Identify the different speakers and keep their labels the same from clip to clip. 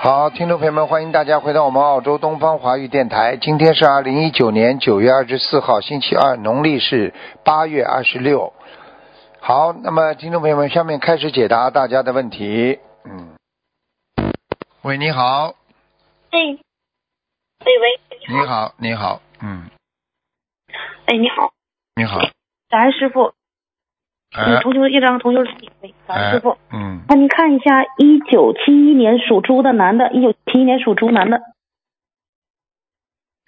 Speaker 1: 好，听众朋友们，欢迎大家回到我们澳洲东方华语电台。今天是二零一九年九月二十四号，星期二，农历是八月二十六。好，那么听众朋友们，下面开始解答大家的问题。嗯，喂，你好，
Speaker 2: 哎，哎喂，
Speaker 1: 你好，你好，嗯，
Speaker 2: 哎你好，
Speaker 1: 你好，
Speaker 2: 感恩师傅，嗯，
Speaker 1: 哎，
Speaker 2: 同修一张同修礼喂，感恩
Speaker 1: 哎
Speaker 2: 师傅，，
Speaker 1: 嗯，
Speaker 2: 那您看一下一九七一年属猪的男的，一九七一年属猪男的，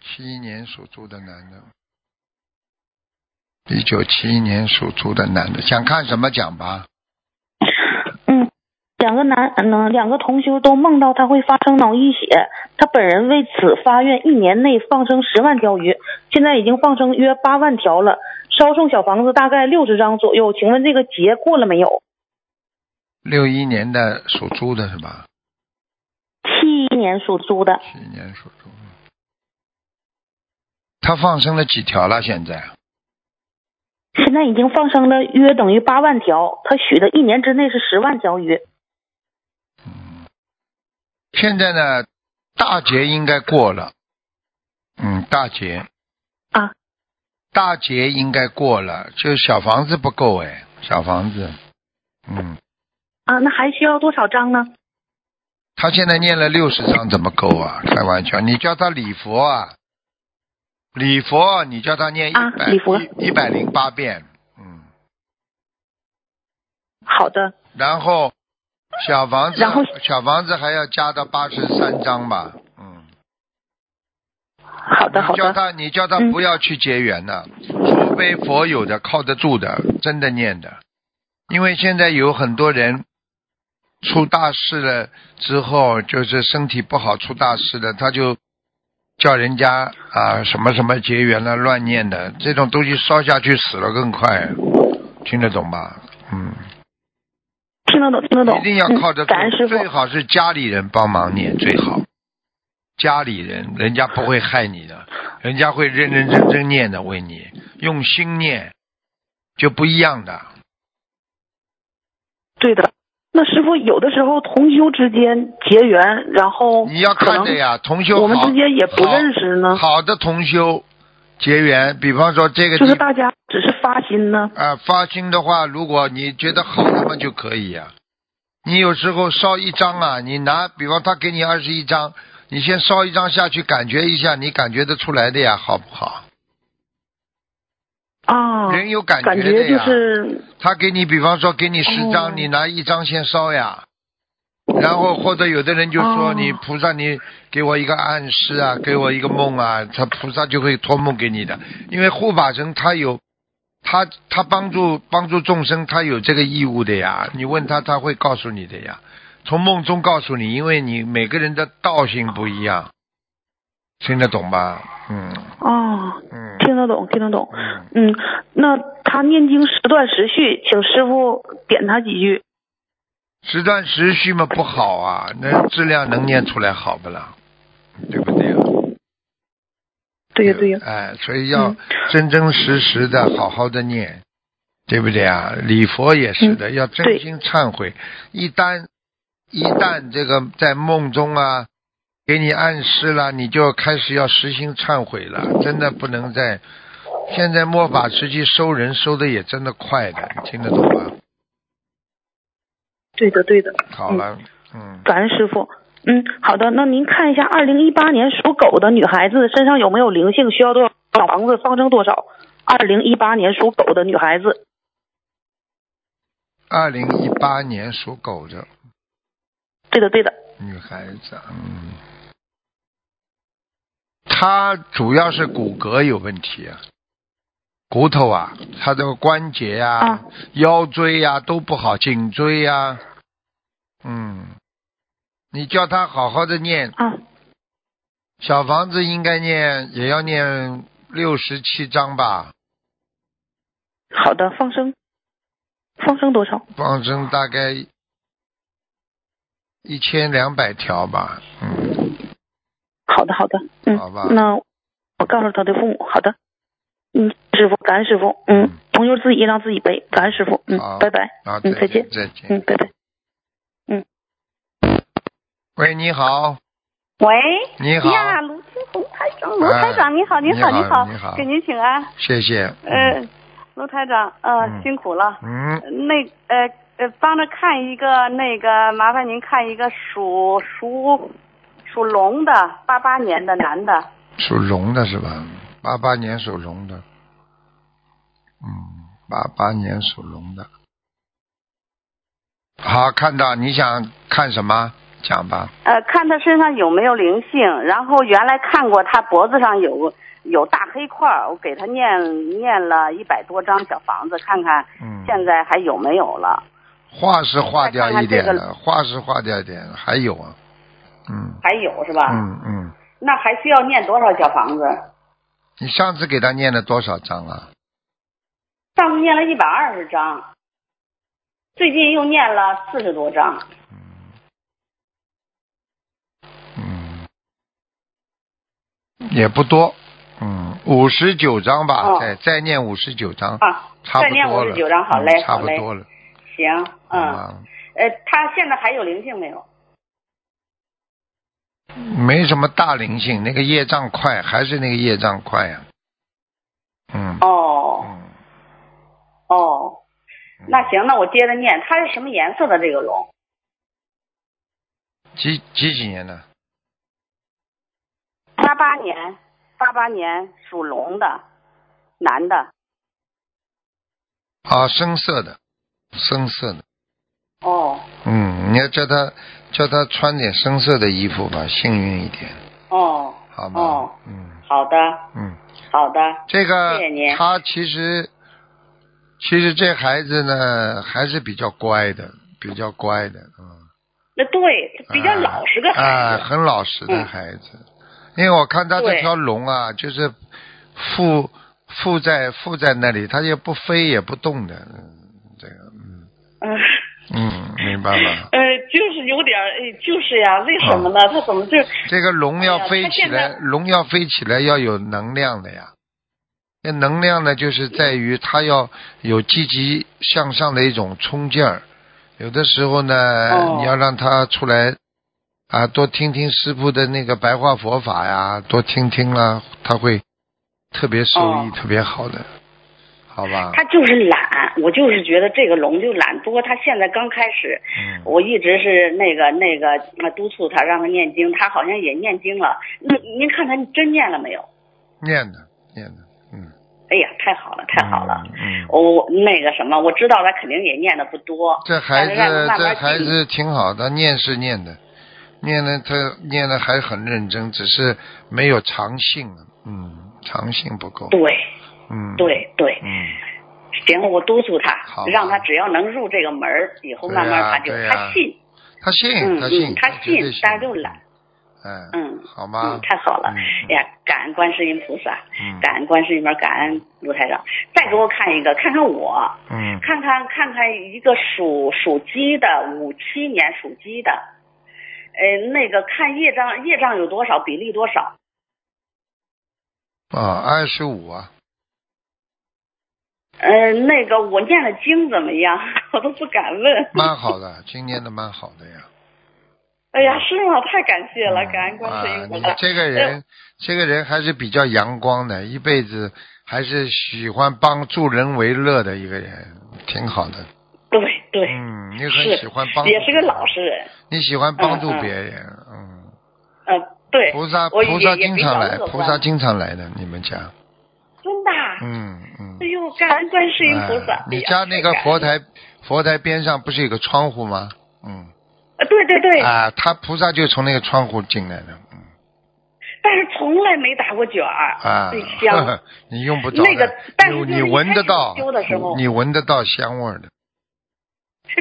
Speaker 1: 七一年属猪的男的，一九七一年属猪的男的，想看什么讲吧？
Speaker 2: 嗯，两个男嗯两个同修都梦到他会发生脑溢血，他本人为此发愿一年内放生十万条鱼，现在已经放生约八万条了，烧送小房子大概六十张左右，请问这个节过了没有？
Speaker 1: 六一年的属猪的是吧？
Speaker 2: 七一年属猪的
Speaker 1: 七一年属猪。他放生了几条了？现在啊
Speaker 2: 现在已经放生了约等于八万条，他许的一年之内是十万条鱼。
Speaker 1: 现在呢？大劫应该过了，嗯，大劫
Speaker 2: 啊，
Speaker 1: 大劫应该过了，就是小房子不够哎，小房子，嗯，
Speaker 2: 啊，那还需要多少张呢？
Speaker 1: 他现在念了六十章怎么够啊？开玩笑，你叫他礼佛啊，礼佛，你叫他念一
Speaker 2: 啊
Speaker 1: 百
Speaker 2: 礼佛
Speaker 1: 一百零八遍，嗯，
Speaker 2: 好的，
Speaker 1: 然后小房子，
Speaker 2: 然后
Speaker 1: 小房子还要加到八十三张吧，嗯，
Speaker 2: 好的，好
Speaker 1: 你叫
Speaker 2: 的，
Speaker 1: 他，你叫他
Speaker 2: 嗯
Speaker 1: 不要去结缘呐、除非佛有的靠得住的，真的念的，因为现在有很多人出大事了之后，就是身体不好出大事了，他就叫人家啊什么什么结缘了，乱念的这种东西烧下去死了更快，听得懂吧？嗯。
Speaker 2: 听得懂，听得懂。
Speaker 1: 一定要靠着
Speaker 2: 嗯、感恩师
Speaker 1: 主，
Speaker 2: 傅
Speaker 1: 最。好是家里人帮忙念最好。家里人，人家不会害你 的，人家会认认真真念的，为你用心念，就不一样的。
Speaker 2: 对的。那师傅有的时候同修之间结缘，然后
Speaker 1: 你要
Speaker 2: 可
Speaker 1: 看
Speaker 2: 能
Speaker 1: 的呀，同修好，
Speaker 2: 我们之间也不认识呢，
Speaker 1: 好的同修结缘，比方说这个
Speaker 2: 就是
Speaker 1: 地
Speaker 2: 大家只是发心呢。
Speaker 1: 啊、发心的话，如果你觉得好，那么就可以呀、你有时候烧一张啊，你拿，比方他给你二十一张，你先烧一张下去，感觉一下，你感觉得出来的呀，好不好？
Speaker 2: 啊，
Speaker 1: 人有感
Speaker 2: 感
Speaker 1: 觉的
Speaker 2: 觉就
Speaker 1: 呀。
Speaker 2: 是
Speaker 1: 他给你，比方说给你十张，
Speaker 2: 哦
Speaker 1: 你拿一张先烧呀。然后或者有的人就说、
Speaker 2: 哦
Speaker 1: 你菩萨，你给我一个暗示啊，给我一个梦啊，他菩萨就会托梦给你的，因为护法神他有。他他帮助帮助众生，他有这个义务的呀。你问他，他会告诉你的呀。从梦中告诉你，因为你每个人的道性不一样，听得懂吧？嗯
Speaker 2: 啊，
Speaker 1: 嗯
Speaker 2: 听得懂，听得懂。
Speaker 1: 嗯，
Speaker 2: 嗯，那他念经时断时续，请师傅点他几句。
Speaker 1: 时断时续嘛不好啊，那质量能念出来好不啦？对不对啊？
Speaker 2: 对呀，对呀。
Speaker 1: 哎，所以要
Speaker 2: 嗯
Speaker 1: 真真实实的好好的念，对不对啊？礼佛也是
Speaker 2: 嗯
Speaker 1: 的，要真
Speaker 2: 对
Speaker 1: 心忏悔。一旦一旦这个在梦中啊，给你暗示了，你就开始要实行忏悔了。真的不能再，现在末法时期收人收的也真的快的，你听得懂吗？
Speaker 2: 对的，对的。
Speaker 1: 好了，嗯，
Speaker 2: 感恩师傅。嗯，好的，那您看一下，二零一八年属狗的女孩子身上有没有灵性？需要多少小房子放生多少？二零一八年属狗的女孩子，
Speaker 1: 二零一八年属狗的
Speaker 2: 对的，对的。
Speaker 1: 女孩子，嗯，她主要是骨骼有问题啊，骨头啊，她这个关节呀、
Speaker 2: 啊
Speaker 1: 腰椎呀、都不好，颈椎呀、嗯，你叫她好好的念
Speaker 2: 啊，
Speaker 1: 小房子，应该念也要念六十七章吧，
Speaker 2: 好的，放生，放生多少？
Speaker 1: 放生大概一千两百条吧，嗯，
Speaker 2: 好的，好的，嗯，
Speaker 1: 好吧
Speaker 2: 那我告诉他的父母，好的。嗯，师傅，感恩师傅，嗯，朋友自己让自己背，感恩师傅，嗯
Speaker 1: 好，
Speaker 2: 拜拜，
Speaker 1: 然后
Speaker 2: 嗯再
Speaker 1: 见
Speaker 2: 见
Speaker 1: 再见。
Speaker 2: 嗯，拜拜。
Speaker 1: 喂，你好，
Speaker 3: 喂，
Speaker 1: 你好，哎
Speaker 3: 呀，卢金红台长，卢台长，你好，你好，
Speaker 1: 你
Speaker 3: 你
Speaker 1: 好
Speaker 3: 好，
Speaker 1: 你好
Speaker 3: 给您请安。
Speaker 1: 谢谢。嗯
Speaker 3: 呃，卢台长，呃
Speaker 1: 嗯，
Speaker 3: 辛苦了。
Speaker 1: 嗯，
Speaker 3: 那呃呃，帮着看一个那个，麻烦您看一个属属属龙的八八年的男的，
Speaker 1: 属龙的是吧？八八年属龙的，嗯，八八年属龙的。好，看到你想看什么？讲吧。
Speaker 3: 呃，看他身上有没有灵性。然后原来看过他脖子上有有大黑块儿，我给他念念了一百多张小房子，看看
Speaker 1: 嗯，
Speaker 3: 现在还有没有了。
Speaker 1: 画是画掉一点
Speaker 3: 再看看这
Speaker 1: 了，画是画掉一点了，还有啊，嗯
Speaker 3: 还有是吧？
Speaker 1: 嗯嗯，
Speaker 3: 那还需要念多少小房子？
Speaker 1: 你上次给他念了多少章啊？
Speaker 3: 上次念了一百二十章，最近又念了四十多章。
Speaker 1: 嗯，也不多，嗯，五十九章吧，
Speaker 3: 哦
Speaker 1: 再再念五十九章，
Speaker 3: 啊，
Speaker 1: 差不
Speaker 3: 再念
Speaker 1: 多了。
Speaker 3: 59章好嘞
Speaker 1: 嗯差
Speaker 3: 好
Speaker 1: 不
Speaker 3: 嘞
Speaker 1: 多了，
Speaker 3: 行，
Speaker 1: 好
Speaker 3: 嗯，
Speaker 1: 吧
Speaker 3: 呃，他现在还有灵性没有？嗯
Speaker 1: 没什么大灵性，那个业障快，还是那个业障快呀、嗯
Speaker 3: 哦
Speaker 1: 嗯，
Speaker 3: 哦，那行，那我接着念。他是什么颜色的这个龙？
Speaker 1: 几几几年的？
Speaker 3: 八八年，八八年属龙的，男的。
Speaker 1: 啊，深色的，深色的。
Speaker 3: 哦
Speaker 1: 嗯，你要叫他叫他穿点深色的衣服吧，幸运一点，
Speaker 3: 哦，
Speaker 1: 好吗？
Speaker 3: 哦
Speaker 1: 嗯
Speaker 3: 好的
Speaker 1: 嗯，
Speaker 3: 好的，
Speaker 1: 这个
Speaker 3: 谢谢您
Speaker 1: 他其实其实这孩子呢还是比较乖的，比较乖的，嗯，
Speaker 3: 那对比较老实个
Speaker 1: 啊
Speaker 3: 孩，
Speaker 1: 啊
Speaker 3: 子。
Speaker 1: 很老实的
Speaker 3: 嗯
Speaker 1: 孩子。因为我看他这
Speaker 3: 对
Speaker 1: 条龙啊，就是附附在附在那里，它也不飞也不动的，嗯，这个，嗯
Speaker 3: 嗯。
Speaker 1: 嗯，明白吗？
Speaker 3: 呃，就是有点儿，哎就是呀，为什么呢？
Speaker 1: 啊
Speaker 3: 他怎么就
Speaker 1: 这个龙
Speaker 3: 哎
Speaker 1: 要
Speaker 3: 呀
Speaker 1: 飞
Speaker 3: 它
Speaker 1: 起
Speaker 3: 现
Speaker 1: 来，
Speaker 3: 在
Speaker 1: 龙要飞起来要有能量的呀。那能量呢，就是在
Speaker 3: 嗯
Speaker 1: 于它要有积极向上的一种冲劲儿。有的时候呢，
Speaker 3: 哦
Speaker 1: 你要让它出来啊，多听听师傅的那个白话佛法呀，多听听啦，他会特别受益，
Speaker 3: 哦
Speaker 1: 特别好的，好吧？
Speaker 3: 他就是懒？我就是觉得这个龙就懒。不过他现在刚开始，
Speaker 1: 嗯，
Speaker 3: 我一直是那个那个呃督促他，让他念经，他好像也念经了。那您看他真念了没有？
Speaker 1: 念的念的，嗯，
Speaker 3: 哎呀，太好了，太好了！
Speaker 1: 嗯，嗯
Speaker 3: 我我那个什么，我知道他肯定也念的不多，
Speaker 1: 这孩子
Speaker 3: 但是让他慢慢
Speaker 1: 这孩
Speaker 3: 进
Speaker 1: 子挺好的，念是念的，念的他念的还很认真，只是没有长性了，嗯，长性不够，
Speaker 3: 对
Speaker 1: 嗯，，
Speaker 3: 对对，
Speaker 1: 嗯，
Speaker 3: 行，我督促他
Speaker 1: 好啊，
Speaker 3: 让他只要能入这个门儿，以后
Speaker 1: 对
Speaker 3: 慢慢
Speaker 1: 呀
Speaker 3: 他就、
Speaker 1: 对呀
Speaker 3: 他信，
Speaker 1: 他信，
Speaker 3: 嗯
Speaker 1: 他信，
Speaker 3: 嗯他
Speaker 1: 绝对
Speaker 3: 信但是就懒，
Speaker 1: 嗯，
Speaker 3: 嗯。
Speaker 1: 好吗
Speaker 3: 嗯，？太好了！
Speaker 1: 嗯嗯
Speaker 3: 哎呀，感恩观世音菩萨，
Speaker 1: 嗯
Speaker 3: 感恩观世音菩萨，感恩卢台长。再给我看一个，看看我，
Speaker 1: 嗯，
Speaker 3: 看看看看一个属属鸡的，五七年属鸡的，呃，那个看业障，业障有多少比例多少？
Speaker 1: 啊，二十五啊，
Speaker 3: 呃，那个我念的经怎么样？ 我都不敢问。
Speaker 1: 蛮好的，今年的蛮好的 呀。
Speaker 3: 哎呀，是吗？太感谢了，
Speaker 1: 嗯
Speaker 3: 感恩观世音菩
Speaker 1: 啊
Speaker 3: 萨。
Speaker 1: 你这个人，这个人还是比较阳光的，一辈子还是喜欢帮助人为乐的一个人，挺好的。
Speaker 3: 对对，
Speaker 1: 嗯，你
Speaker 3: 是
Speaker 1: 很喜欢帮助，
Speaker 3: 也是个老，实人。
Speaker 1: 你喜欢帮助别人，嗯，
Speaker 3: 呃，对，
Speaker 1: 菩萨
Speaker 3: 我也
Speaker 1: 菩萨
Speaker 3: 也
Speaker 1: 经
Speaker 3: 比
Speaker 1: 常
Speaker 3: 较
Speaker 1: 来，
Speaker 3: 乐观
Speaker 1: 菩萨经常来的，你们家，
Speaker 3: 真的啊。
Speaker 1: 嗯嗯
Speaker 3: 哎，呦，感恩观世音菩萨
Speaker 1: 哎！你家那个佛台佛台边上不是有个窗户吗？嗯，
Speaker 3: 呃，对对对，
Speaker 1: 啊，他菩萨就从那个窗户进来的，嗯
Speaker 3: 但是从来没打过卷儿哎
Speaker 1: 啊
Speaker 3: 最， 香。
Speaker 1: 你用不着的
Speaker 3: 那个但是
Speaker 1: 你
Speaker 3: 就是
Speaker 1: 你闻得到
Speaker 3: 一开始修的时，候
Speaker 1: 你闻得到香味儿的，
Speaker 3: 哎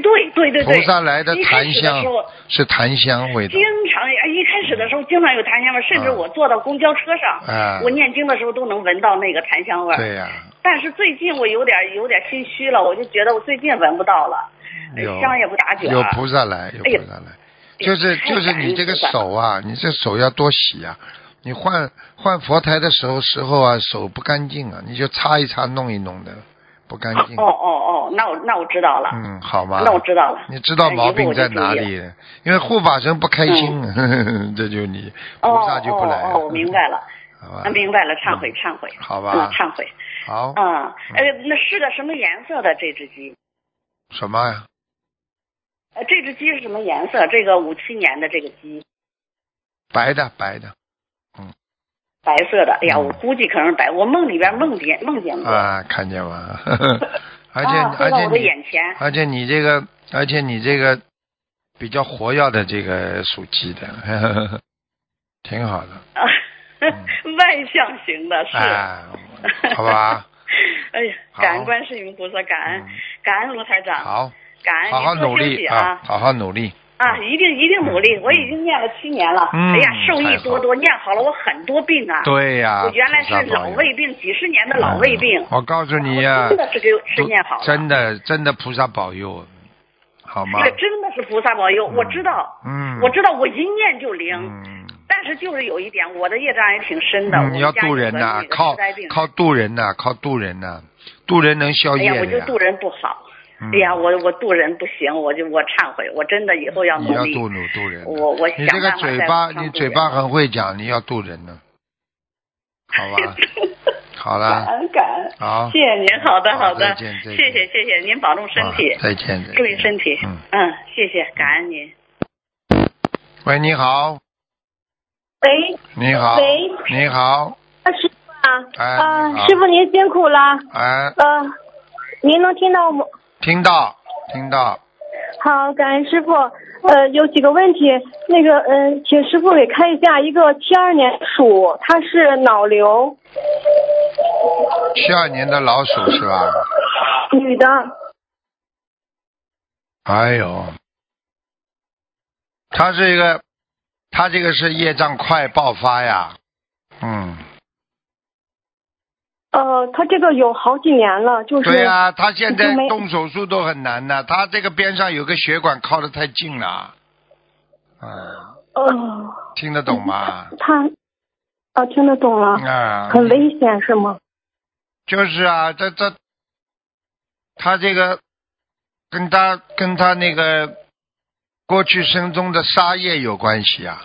Speaker 3: 对对对对，
Speaker 1: 菩萨来的
Speaker 3: 一开
Speaker 1: 檀
Speaker 3: 始的
Speaker 1: 香
Speaker 3: 时候
Speaker 1: 是檀香味道
Speaker 3: 经，常哎一开始的时候经常有檀香味儿，甚至
Speaker 1: 啊
Speaker 3: 我坐到公交车上，
Speaker 1: 啊
Speaker 3: 我念经的时候都能闻到那个檀香味儿。
Speaker 1: 对呀，
Speaker 3: 但是最近我有点有点心虚了，我就觉得我最近闻不到了，哎
Speaker 1: 有
Speaker 3: 香也不打卷儿。
Speaker 1: 有菩萨来，有
Speaker 3: 哎呦
Speaker 1: 菩萨来，就是
Speaker 3: 太
Speaker 1: 就是
Speaker 3: 感
Speaker 1: 你
Speaker 3: 恩
Speaker 1: 这个
Speaker 3: 菩萨了
Speaker 1: 手啊，你这手要多洗啊。你换换佛台的时候时候啊，手不干净啊，你就擦一擦，弄一弄的，不干净。
Speaker 3: 哦哦哦哦，那我那我知道了，
Speaker 1: 嗯，好吗？
Speaker 3: 那我知道哎了。
Speaker 1: 你知道毛病在哪里？因为护法神不开
Speaker 3: 嗯
Speaker 1: 心， 这就你菩
Speaker 3: 哦
Speaker 1: 萨就不来了。嗯
Speaker 3: 哦哦，我明白了，
Speaker 1: 好吧
Speaker 3: 那，啊明白了，忏悔忏悔，
Speaker 1: 好
Speaker 3: 嗯，
Speaker 1: 吧，
Speaker 3: 忏悔，
Speaker 1: 好，
Speaker 3: 嗯，呃，那是个什么颜色的这只鸡？
Speaker 1: 什么啊呀？
Speaker 3: 呃，这只鸡是什么颜色？这个五七年的这个鸡，
Speaker 1: 白的，白的
Speaker 3: 白色的。哎呀，
Speaker 1: 嗯
Speaker 3: 我估计可能是白，我梦里边梦见梦见过，
Speaker 1: 啊，看见吗？ 而且
Speaker 3: 嗯啊
Speaker 1: 而
Speaker 3: 飞到我
Speaker 1: 且
Speaker 3: 的
Speaker 1: 你
Speaker 3: 眼前，
Speaker 1: 而且你这个而且你这个比较活跃的这个属鸡的，挺好的，
Speaker 3: 啊，
Speaker 1: 嗯
Speaker 3: 外向型的是。
Speaker 1: 哎， 好吧，
Speaker 3: 哎呀，
Speaker 1: 好
Speaker 3: 感恩观世音菩萨，感恩、
Speaker 1: 嗯
Speaker 3: 感恩卢台长，
Speaker 1: 好，
Speaker 3: 感恩
Speaker 1: 好好
Speaker 3: 哎您多
Speaker 1: 努
Speaker 3: 休
Speaker 1: 力
Speaker 3: 息
Speaker 1: 啊
Speaker 3: 啊，
Speaker 1: 好好努力，
Speaker 3: 啊，一定一定努力，我已经念了七年了，
Speaker 1: 嗯
Speaker 3: 哎呀，受益
Speaker 1: 太好
Speaker 3: 多多，念好了我很多病啊，
Speaker 1: 对呀，
Speaker 3: 我原来是
Speaker 1: 菩萨保佑
Speaker 3: 老胃病，几十年的老胃病，
Speaker 1: 嗯我告诉你呀、
Speaker 3: 我真的是给我是念好了，
Speaker 1: 真的真的菩萨保佑，好吗
Speaker 3: 这？个真的是菩萨保佑，我知道，
Speaker 1: 嗯，
Speaker 3: 我知道，我一念就灵。
Speaker 1: 嗯，
Speaker 3: 但是就是有一点，我的业障也挺深的。我
Speaker 1: 嗯
Speaker 3: 们
Speaker 1: 要
Speaker 3: 家有
Speaker 1: 渡人
Speaker 3: 个
Speaker 1: 呐、
Speaker 3: 那个
Speaker 1: 靠
Speaker 3: 痴呆病
Speaker 1: 靠渡人呐、靠渡人呐、渡人能消
Speaker 3: 哎
Speaker 1: 业啊
Speaker 3: 呀，我
Speaker 1: 的
Speaker 3: 就
Speaker 1: 呀。
Speaker 3: 渡人不好。
Speaker 1: 嗯
Speaker 3: 哎呀，我我渡人不行，我就我忏悔，我真的以后要
Speaker 1: 嗯你
Speaker 3: 努
Speaker 1: 要
Speaker 3: 力。
Speaker 1: 渡人渡人的。
Speaker 3: 我我
Speaker 1: 你
Speaker 3: 想
Speaker 1: 这个
Speaker 3: 办法
Speaker 1: 嘴
Speaker 3: 再
Speaker 1: 巴，
Speaker 3: 往上
Speaker 1: 你
Speaker 3: 渡
Speaker 1: 嘴
Speaker 3: 人
Speaker 1: 巴很会讲，你要渡人 呢，好吧？好
Speaker 3: 感
Speaker 1: 啦，
Speaker 3: 恩感恩，
Speaker 1: 好，
Speaker 3: 谢谢您，好的
Speaker 1: 好
Speaker 3: 好的，
Speaker 1: 再见再见
Speaker 3: 谢谢谢谢您，保重身体
Speaker 1: 啊，再见，再见
Speaker 3: 注意身体，
Speaker 1: 嗯，
Speaker 3: 嗯，谢谢，感恩您。
Speaker 1: 喂，你好，
Speaker 4: 喂，
Speaker 1: 你好，
Speaker 4: 喂
Speaker 1: 你好，
Speaker 4: 啊，师傅啊，
Speaker 1: 哎
Speaker 4: 啊
Speaker 1: 你好
Speaker 4: 师傅您辛苦了，
Speaker 1: 哎，
Speaker 4: 呃，您能听到我？
Speaker 1: 听到，听到，
Speaker 4: 好，感恩师傅。呃，有几个问题，那个，嗯、请师傅给看一下，一个七二年鼠，它是脑瘤，
Speaker 1: 七二年的老鼠是吧？
Speaker 4: 女的，
Speaker 1: 哎呦，他这个，他这个是业障快爆发呀，嗯，
Speaker 4: 呃，她这个有好几年了，就是
Speaker 1: 对呀、他现在
Speaker 4: 就没
Speaker 1: 动手术都很难呐、他这个边上有个血管靠得太近了，啊，
Speaker 4: 呃，
Speaker 1: 听得懂吗？
Speaker 4: 她，啊、听得懂了，
Speaker 1: 啊，
Speaker 4: 很危险是吗？
Speaker 1: 就是啊，这这，他这个跟他跟他那个过去生中的杀业有关系啊，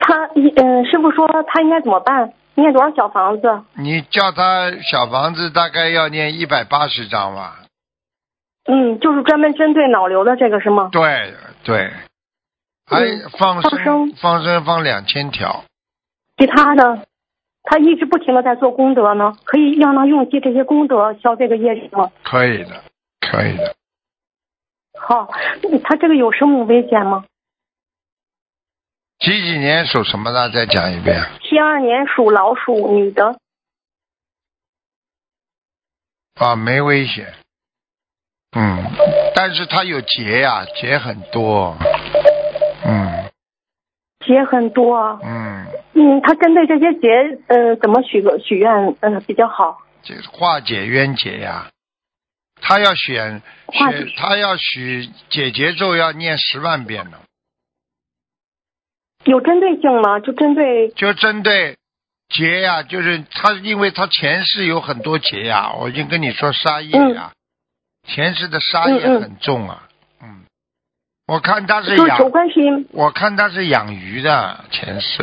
Speaker 4: 她，嗯、师傅说她应该怎么办？念多少小房子？
Speaker 1: 你叫他小房子大概要念一百八十章吧。
Speaker 4: 嗯，就是专门针对脑瘤的这个是吗？
Speaker 1: 对对，还放
Speaker 4: 嗯放
Speaker 1: 生
Speaker 4: 生
Speaker 1: 放生放两千条，
Speaker 4: 其他的，他一直不停的在做功德呢，可以让他用尽这些功德消这个业力吗？
Speaker 1: 可以的，可以的。
Speaker 4: 好，他这个有生命危险吗？
Speaker 1: 几几年属什么的？再讲一遍。
Speaker 4: 七二年属老鼠，女的，
Speaker 1: 啊，没危险。嗯，但是他有劫呀、劫很多。嗯
Speaker 4: 劫很多啊。
Speaker 1: 嗯，
Speaker 4: 嗯，他针对这些劫，呃，怎么许个许愿，呃，比较好？
Speaker 1: 这化解冤结呀、他要选
Speaker 4: 化解
Speaker 1: 选，他要许解结咒要念十万遍呢。
Speaker 4: 有针对性吗？就针对
Speaker 1: 就针对劫呀、就是他，因为他前世有很多劫呀、我已经跟你说杀业呀、前世的杀业
Speaker 4: 嗯嗯嗯
Speaker 1: 很重啊，嗯，我看他是
Speaker 4: 就是求
Speaker 1: 养，
Speaker 4: 观世音，
Speaker 1: 我看他是养鱼的前世，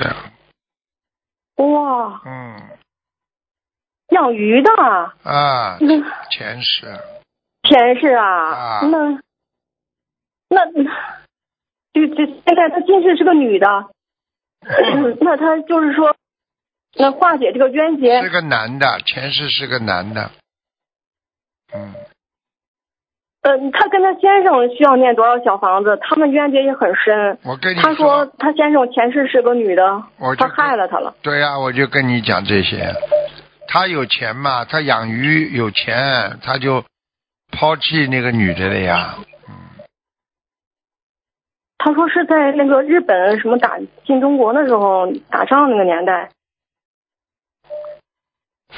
Speaker 4: 哇，
Speaker 1: 嗯
Speaker 4: 养鱼的啊，
Speaker 1: 啊，
Speaker 4: 嗯，
Speaker 1: 前世
Speaker 4: 前世啊，
Speaker 1: 啊
Speaker 4: 那那就就现在他今世是个女的， 那他就是说，那化解这个冤结
Speaker 1: 是，个男的，前世是个男的，嗯，
Speaker 4: 呃，他跟他先生需要念多少小房子？他们冤结也很深。
Speaker 1: 我跟你
Speaker 4: 他说他先生前世是个女的
Speaker 1: 我，就
Speaker 4: 他害了他了。
Speaker 1: 对呀、我就跟你讲这些。他有钱嘛，他养鱼有钱，他就抛弃那个女的了呀。
Speaker 4: 他说是在那个日本什么打进中国的时候打仗那个年代。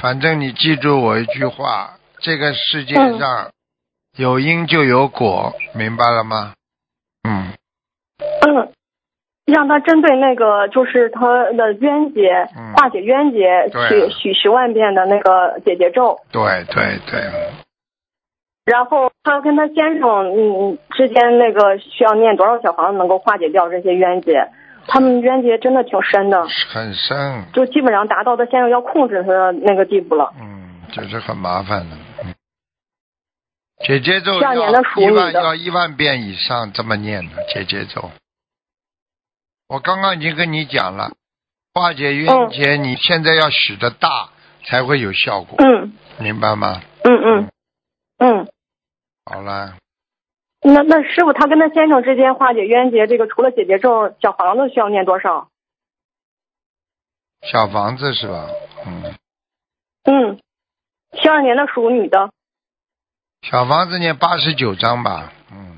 Speaker 1: 反正你记住我一句话：这个世界
Speaker 4: 嗯
Speaker 1: 上有因就有果，明白了吗？嗯
Speaker 4: 嗯，让他针对那个就是他的冤结
Speaker 1: 嗯，
Speaker 4: 化解冤结，
Speaker 1: 对啊
Speaker 4: 许许十万遍的那个解结咒。
Speaker 1: 对对对，
Speaker 4: 然后她跟她先生嗯之间那个需要念多少小房子能够化解掉这些冤结？他们冤结真的挺深的，
Speaker 1: 很深，
Speaker 4: 就基本上达到她先生要控制她的那个地步了。
Speaker 1: 嗯，就是很麻烦的。嗯，姐姐咒
Speaker 4: 第二年的
Speaker 1: 要
Speaker 4: 属
Speaker 1: 一
Speaker 4: 女
Speaker 1: 万
Speaker 4: 的
Speaker 1: 要一万遍以上这么念的姐姐咒。我刚刚已经跟你讲了，化解冤结，你现在要许的大才会有效果，
Speaker 4: 嗯
Speaker 1: 明白吗？
Speaker 4: 嗯嗯嗯。
Speaker 1: 好了，
Speaker 4: 那那师傅，他跟他先生之间化解冤结，这个除了姐姐咒，小房子需要念多少？
Speaker 1: 小房子是吧？嗯，
Speaker 4: 嗯，七二年的属女的，
Speaker 1: 小房子念八十九章吧。嗯，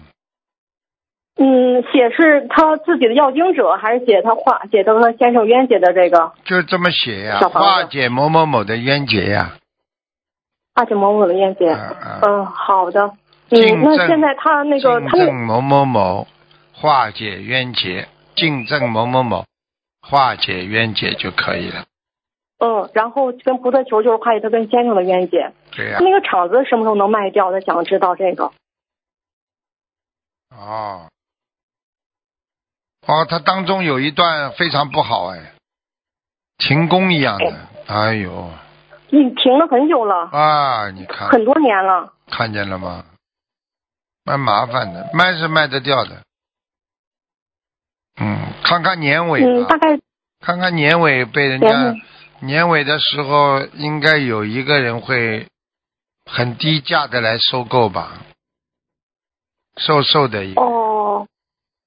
Speaker 4: 嗯，写是他自己的要经者，还是写他化解他跟他先生冤结的这个
Speaker 1: 就这么写呀、
Speaker 4: 小房子
Speaker 1: 化解某某某的冤结呀、
Speaker 4: 化解某某的冤结？
Speaker 1: 啊
Speaker 4: 嗯、
Speaker 1: 啊
Speaker 4: 好的。
Speaker 1: 竞
Speaker 4: 嗯，那
Speaker 1: 争
Speaker 4: 现在他那个
Speaker 1: 敬
Speaker 4: 他那
Speaker 1: 赠某某某化解冤结，敬赠某某某化解冤结就可以了。
Speaker 4: 嗯，然后跟菩萨求就是化解他跟先生的冤结。
Speaker 1: 对呀、
Speaker 4: 他那个厂子什么时候能卖掉？他想知道这个。
Speaker 1: 哦，哦，他当中有一段非常不好哎，停工一样的，哎呦
Speaker 4: 你停了很久了，
Speaker 1: 啊，你看
Speaker 4: 很多年了。
Speaker 1: 看见了吗？蛮麻烦的，卖是卖得掉的。嗯，看看年尾
Speaker 4: 嗯，
Speaker 1: 吧
Speaker 4: 大，概
Speaker 1: 看看年尾被人
Speaker 4: 年
Speaker 1: 家
Speaker 4: 尾
Speaker 1: 年尾的时候，应该有一个人会很低价的来收购吧，瘦瘦的一个，
Speaker 4: 哦，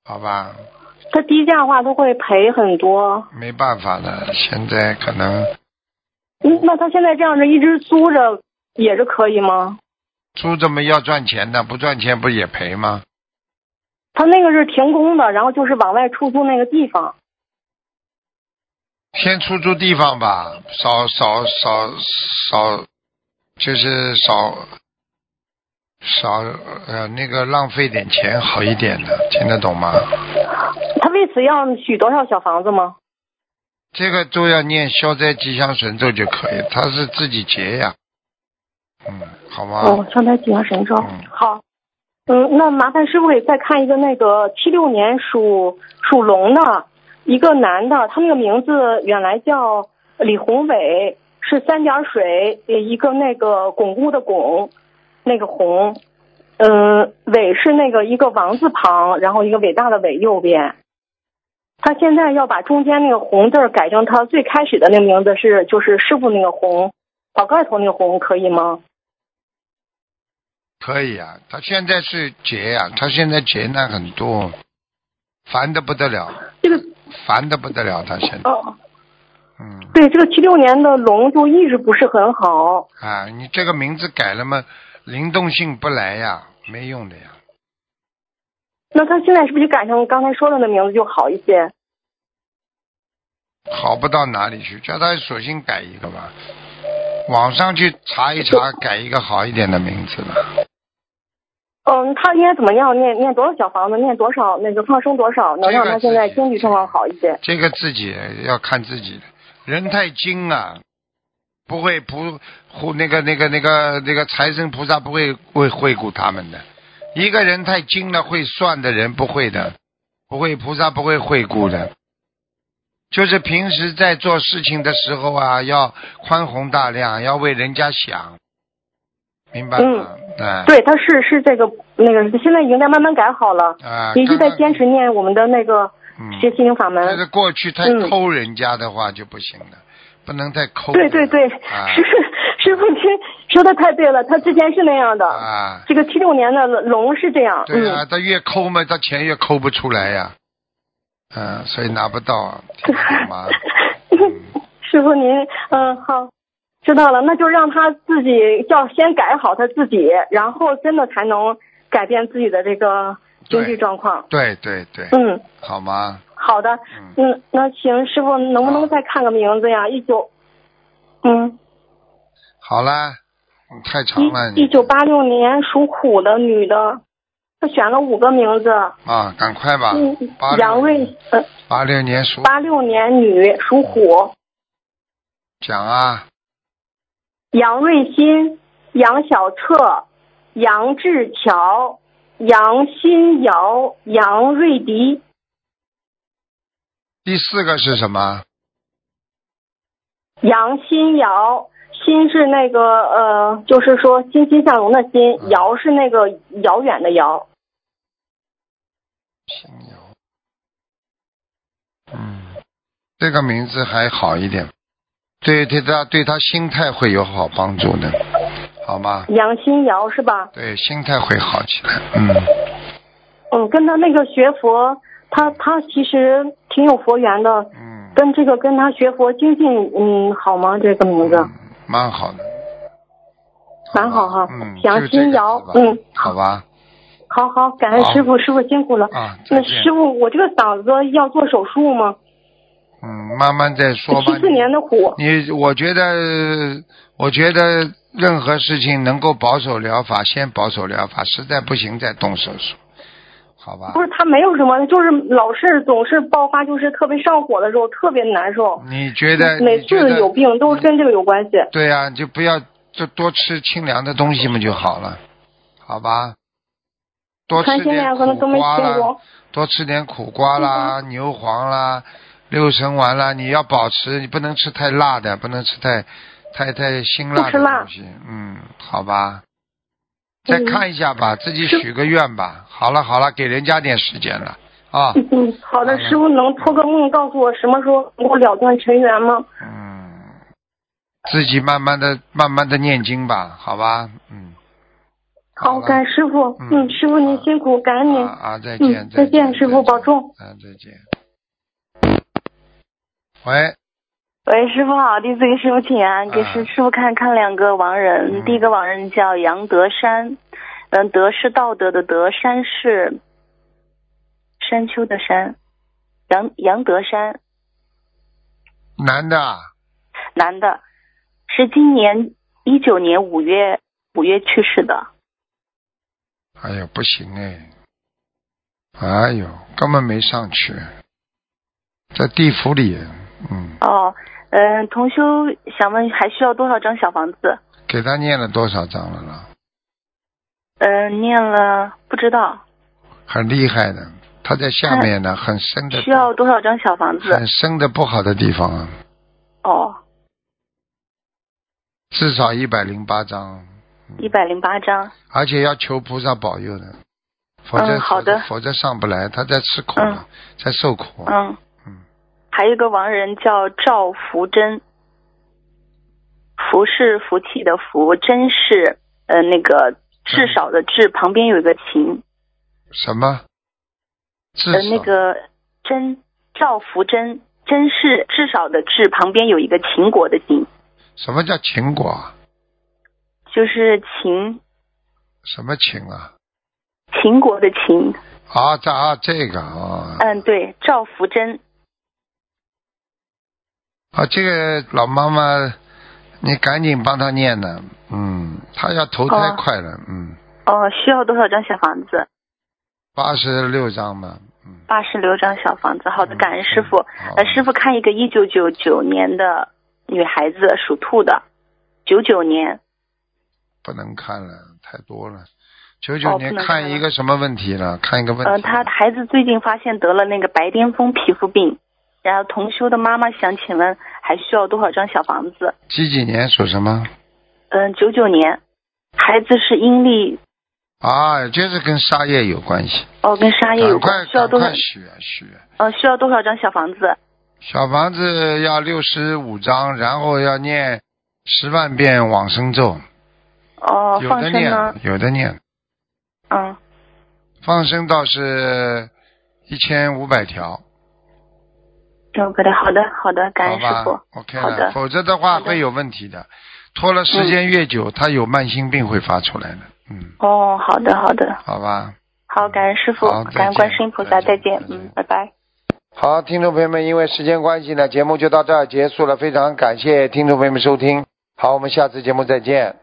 Speaker 1: 好吧，
Speaker 4: 他低价的话都会赔很多。
Speaker 1: 没办法的，现在可能
Speaker 4: 嗯，那他现在这样子一直租着也是可以吗？
Speaker 1: 租这么要赚钱的，不赚钱不也赔吗？
Speaker 4: 他那个是停工的，然后就是往外出租那个地方。
Speaker 1: 先出租地方吧，少少少少，就是少少呃那个浪费点钱好一点的，听得懂吗？
Speaker 4: 他为此要许多少小房子吗？
Speaker 1: 这个都要念消灾吉祥神咒就可以，他是自己结呀。嗯，好吗？
Speaker 4: 哦，上台吉祥神咒。
Speaker 1: 嗯
Speaker 4: 好，嗯，那麻烦师傅给再看一个那个七六年属属龙的一个男的，他那个名字原来叫李宏伟，是三点水呃一个那个巩固的巩，那个宏，嗯，伟是那个一个王字旁，然后一个伟大的伟右边。他现在要把中间那个红字儿改成他最开始的那个名字是就是师傅那个红，宝盖头那个红可以吗？
Speaker 1: 可以啊，他现在是结呀、他现在劫难很多，烦的不得了，
Speaker 4: 这个
Speaker 1: 烦的不得了，他现在，
Speaker 4: 哦，
Speaker 1: 嗯，
Speaker 4: 对，这个七六年的龙就一直不是很好。
Speaker 1: 啊，你这个名字改了嘛，灵动性不来呀、没用的呀。
Speaker 4: 那他现在是不是就改成刚才说的那名字就好一些？
Speaker 1: 好不到哪里去，叫他索性改一个吧。网上去查一查，改一个好一点的名字吧。
Speaker 4: 嗯，他应该怎么样？念念多少小房子？念多少那个放生多少，能让他现在经济状况好一些？
Speaker 1: 这个自己要看自己的，人太精啊，不会不护那个那个那个那个财神菩萨不会会惠顾他们的。一个人太精了，会算的人不会的，不会菩萨不会惠顾的。就是平时在做事情的时候啊，要宽宏大量，要为人家想，明白吗？
Speaker 4: 嗯
Speaker 1: 哎、
Speaker 4: 对，他是是这个那个，现在已经在慢慢改好了，
Speaker 1: 啊，
Speaker 4: 一直在坚
Speaker 1: 持。
Speaker 4: 持念我们的那个
Speaker 1: 嗯
Speaker 4: 学心灵法
Speaker 1: 但是
Speaker 4: 门。
Speaker 1: 过去太
Speaker 4: 嗯
Speaker 1: 抠人家的话就不行了，不能太抠人
Speaker 4: 对
Speaker 1: 了。
Speaker 4: 对对，
Speaker 1: 啊
Speaker 4: 师师傅，这说的太对了，他之前是那样的。
Speaker 1: 啊，
Speaker 4: 这个七六年的龙是这样，
Speaker 1: 对
Speaker 4: 嗯
Speaker 1: 啊，，他越抠嘛，他钱越抠不出来呀、嗯、所以拿不到啊，听得懂 吗？嗯
Speaker 4: 师傅您，嗯，好，知道了，那就让他自己要先改好他自己，然后真的才能改变自己的这个经济状况。
Speaker 1: 对对对，
Speaker 4: 嗯，
Speaker 1: 好吗？
Speaker 4: 好的，
Speaker 1: 嗯，
Speaker 4: 嗯，那行，师傅能不
Speaker 1: 好
Speaker 4: 能再看个名字呀？一九，嗯，
Speaker 1: 好啦，嗯太长了
Speaker 4: 一一
Speaker 1: 你
Speaker 4: 九八六年属虎的女的，她选了五个名字，
Speaker 1: 啊，赶快吧
Speaker 4: 嗯，
Speaker 1: 八，
Speaker 4: 杨
Speaker 1: 六
Speaker 4: 瑞
Speaker 1: 年，
Speaker 4: 呃，
Speaker 1: 八六年属
Speaker 4: 八六年女属虎，
Speaker 1: 讲啊，
Speaker 4: 杨瑞新、杨小彻、杨志桥、杨新尧、杨瑞迪。
Speaker 1: 第四个是什么？
Speaker 4: 杨新尧，新是那个呃，就是说欣欣向荣的
Speaker 1: 嗯
Speaker 4: 欣，尧是那个遥远的遥。
Speaker 1: 平遥。嗯，这个名字还好一点，对对他对他心态会有好帮助的，好吗？
Speaker 4: 杨新尧是吧？
Speaker 1: 对，心态会好起来。嗯，
Speaker 4: 嗯，跟他那个学佛，他他其实挺有佛缘的，
Speaker 1: 嗯
Speaker 4: 跟这个跟他学佛精进，嗯，好吗？这个名字
Speaker 1: 嗯，蛮好的，
Speaker 4: 蛮好哈
Speaker 1: 嗯，。
Speaker 4: 杨
Speaker 1: 就这个
Speaker 4: 新尧
Speaker 1: 字吧，
Speaker 4: 嗯，
Speaker 1: 好吧，
Speaker 4: 好好，感恩
Speaker 1: 好
Speaker 4: 师傅，师傅辛苦了。
Speaker 1: 啊，再
Speaker 4: 那
Speaker 1: 见
Speaker 4: 师，傅，我这个嗓子要做手术吗？
Speaker 1: 嗯，慢慢再说吧
Speaker 4: 七。四年的虎，
Speaker 1: 你，啊我觉得，我觉得任何事情能够保守疗法，先保守疗法，实在不行再动手术，好吧？
Speaker 4: 不是他没有什么，就是老是总是爆发，就是特别上火的时候特别难受，
Speaker 1: 你觉得？嗯
Speaker 4: 每
Speaker 1: 你觉
Speaker 4: 次
Speaker 1: 得嗯
Speaker 4: 有病都是跟这个有关系。
Speaker 1: 对呀、你就不要就多吃清凉的东西嘛就好了，好吧？多
Speaker 4: 看
Speaker 1: 吃
Speaker 4: 现
Speaker 1: 点
Speaker 4: 在可能
Speaker 1: 苦
Speaker 4: 都没
Speaker 1: 瓜
Speaker 4: 听
Speaker 1: 啦
Speaker 4: 过，，
Speaker 1: 多吃点苦瓜啦、牛黄啦、六神丸啦，你要保持，你不能吃太辣的，不能吃太太太辛辣
Speaker 4: 不吃
Speaker 1: 的
Speaker 4: 辣
Speaker 1: 东西，嗯，好吧？再看一下吧，
Speaker 4: 嗯
Speaker 1: 自己许个愿吧。好了好了，给人家点时间了啊，
Speaker 4: 嗯嗯，好的，师傅能托个梦告诉我什么时候能够了断尘缘吗？
Speaker 1: 嗯，自己慢慢的慢慢的念经吧，好吧？嗯，
Speaker 4: 好，
Speaker 1: 了
Speaker 4: 感恩师傅，
Speaker 1: 嗯
Speaker 4: 嗯，师傅您辛苦，感恩您
Speaker 1: 啊，啊，再见，
Speaker 4: 嗯，再见，师傅保重。。
Speaker 1: 啊，再见。喂，
Speaker 2: 喂，师傅好，弟子给师傅请安，给
Speaker 1: 啊
Speaker 2: 师师傅看看两个亡人，
Speaker 1: 嗯
Speaker 2: 第一个亡人叫杨德山，嗯，德是道德的德，山是山丘的山，杨杨德山，
Speaker 1: 男的啊，
Speaker 2: 男的，是今年一九年五月五月去世的，
Speaker 1: 哎呦，不行哎，哎呦，根本没上去，在地府里，嗯，
Speaker 2: 哦，嗯，同修想问还需要多少张小房子？
Speaker 1: 给他念了多少章了啦？
Speaker 2: 嗯，念了不知道
Speaker 1: 很厉害的，他在下面呢，很深的，
Speaker 2: 嗯需要多少张小房 子
Speaker 1: 很深的不好的地方啊，
Speaker 2: 哦，
Speaker 1: 至少一百零八章，
Speaker 2: 一百零八张，
Speaker 1: 而且要求菩萨保佑的，否则、
Speaker 2: 嗯好的
Speaker 1: 否则上不来，他在吃苦了，在受苦。
Speaker 2: 嗯，
Speaker 1: 嗯
Speaker 2: 还有一个亡人叫赵福珍，福是福气的福，珍是呃那个至少的至，旁边有一个秦，
Speaker 1: 什么？至少、
Speaker 2: 呃那个珍赵福珍，珍是至少的至，旁边有一个秦国的秦，
Speaker 1: 什么叫秦果啊？
Speaker 2: 就是秦
Speaker 1: 什么秦啊？
Speaker 2: 秦国的秦，
Speaker 1: 啊，这啊这个啊、
Speaker 2: 嗯，对，赵福珍，
Speaker 1: 啊，这个老妈妈，你赶紧帮她念呢，嗯，她要投胎
Speaker 2: 哦
Speaker 1: 快了，嗯，
Speaker 2: 哦，需要多少张小房子？
Speaker 1: 八十六章嘛，嗯，
Speaker 2: 八十六张小房子，好的，
Speaker 1: 嗯
Speaker 2: 感恩师傅。
Speaker 1: 嗯好
Speaker 2: 呃，师傅看一个一九九九年的女孩子，属兔的，九九年，
Speaker 1: 不能看了，太多了。九
Speaker 2: 哦
Speaker 1: 九
Speaker 2: 不
Speaker 1: 年
Speaker 2: 能
Speaker 1: 看
Speaker 2: 看
Speaker 1: 一
Speaker 2: 了
Speaker 1: 个什么问题了？看一个问
Speaker 2: 呃，
Speaker 1: 题。
Speaker 2: 她孩子最近发现得了那个白癜风皮肤病，然后同修的妈妈想请问还需要多少张小房子？
Speaker 1: 几几年属什么？
Speaker 2: 嗯、九九年，孩子是阴历，
Speaker 1: 啊，就是跟沙叶有关系。
Speaker 2: 哦，跟沙叶有
Speaker 1: 赶快
Speaker 2: 关，需要
Speaker 1: 赶
Speaker 2: 多少
Speaker 1: 快？许啊许
Speaker 2: 呃，需要多少张小房子？
Speaker 1: 小房子要六十五章，然后要念十万遍往生咒，
Speaker 2: 哦，
Speaker 1: 有
Speaker 2: 放
Speaker 1: 的
Speaker 2: 生呢
Speaker 1: 念？，有的念，
Speaker 2: 嗯，
Speaker 1: 放生倒是一千五百条，
Speaker 2: 有个的，哦好的，好的，感
Speaker 1: 好
Speaker 2: 恩师
Speaker 1: 吧
Speaker 2: 傅。
Speaker 1: ？OK
Speaker 2: 好
Speaker 1: 了，
Speaker 2: 的
Speaker 1: 否则的话
Speaker 2: 好的嗯
Speaker 1: 会有问题的，拖了时间越久，他有慢性病会发出来的，嗯，
Speaker 2: 哦，好的，好的。
Speaker 1: 好吧。嗯
Speaker 2: 好，感恩师傅
Speaker 1: 好，
Speaker 2: 感
Speaker 1: 再见
Speaker 2: 恩观世音菩萨，
Speaker 1: 再
Speaker 2: 再
Speaker 1: 见
Speaker 2: 见，
Speaker 1: 再见
Speaker 2: 嗯，拜拜。
Speaker 1: 好，听众朋友们，因为时间关系呢，节目就到这儿结束了，非常感谢听众朋友们收听，好，我们下次节目再见。